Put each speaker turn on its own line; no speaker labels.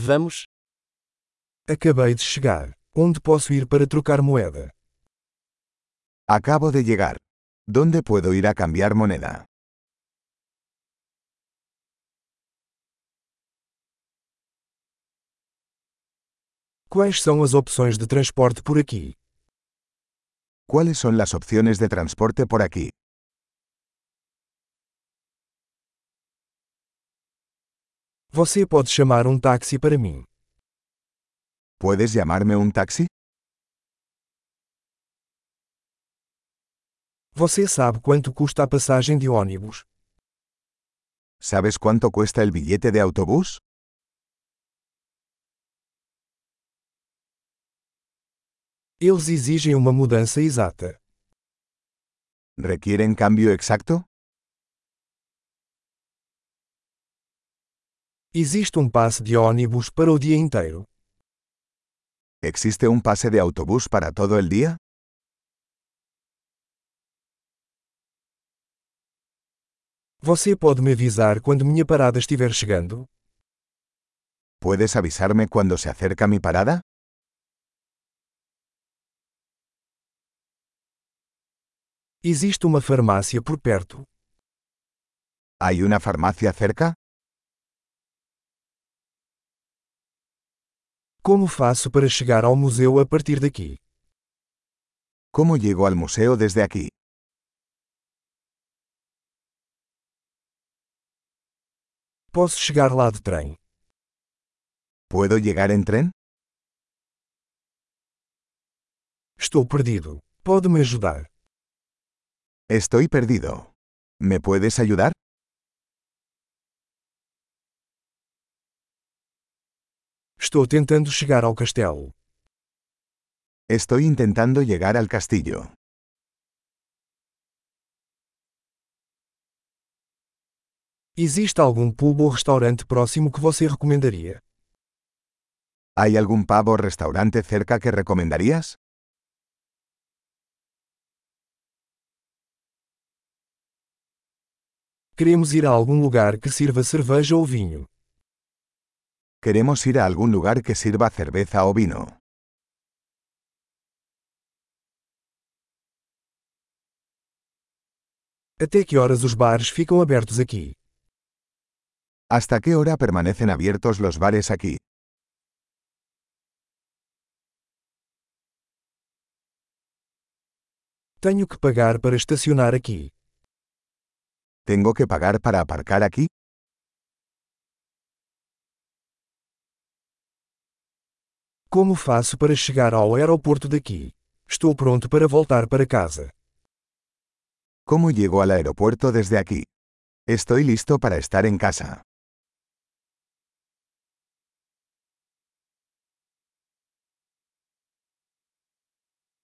Vamos.
Acabei de chegar. Onde posso ir para trocar moeda?
Acabo de llegar. ¿Dónde puedo ir a cambiar moneda?
Quais são as opções de transporte por aqui?
¿Cuáles son las opciones de transporte por aquí?
Você pode chamar um táxi para mim.
¿Puedes llamarme un taxi?
Você sabe quanto custa a passagem de ônibus?
¿Sabes cuánto cuesta el billete de autobús?
Eles exigem uma mudança exata.
¿Requieren cambio exacto?
Existe um passe de ônibus para o dia inteiro.
¿Existe un pase de autobús para todo el día?
Você pode me avisar quando minha parada estiver chegando?
¿Puedes avisarme cuando se acerca mi parada?
Existe uma farmácia por perto.
¿Hay una farmacia cerca?
Como faço para chegar ao museu a partir daqui?
¿Cómo llego al museo desde aquí?
Posso chegar lá de trem.
¿Puedo llegar en tren?
Estou perdido. Pode me ajudar?
Estoy perdido. ¿Me puedes ayudar?
Estou tentando chegar ao castelo.
Estoy intentando llegar al castillo.
Existe algum pub ou restaurante próximo que você recomendaria?
¿Hay algún pavo o restaurante cerca que recomendarías?
Queremos ir a algum lugar que sirva cerveja ou vinho.
Queremos ir a algún lugar que sirva cerveza o vino.
Até que horas os bares ficam abertos aqui?
¿Hasta qué hora permanecen abiertos los bares aquí?
Tenho que pagar para estacionar aqui.
¿Tengo que pagar para aparcar aquí?
Como faço para chegar ao aeroporto daqui? Estou pronto para voltar para casa.
¿Cómo llego al aeropuerto desde aquí? Estoy listo para estar en casa.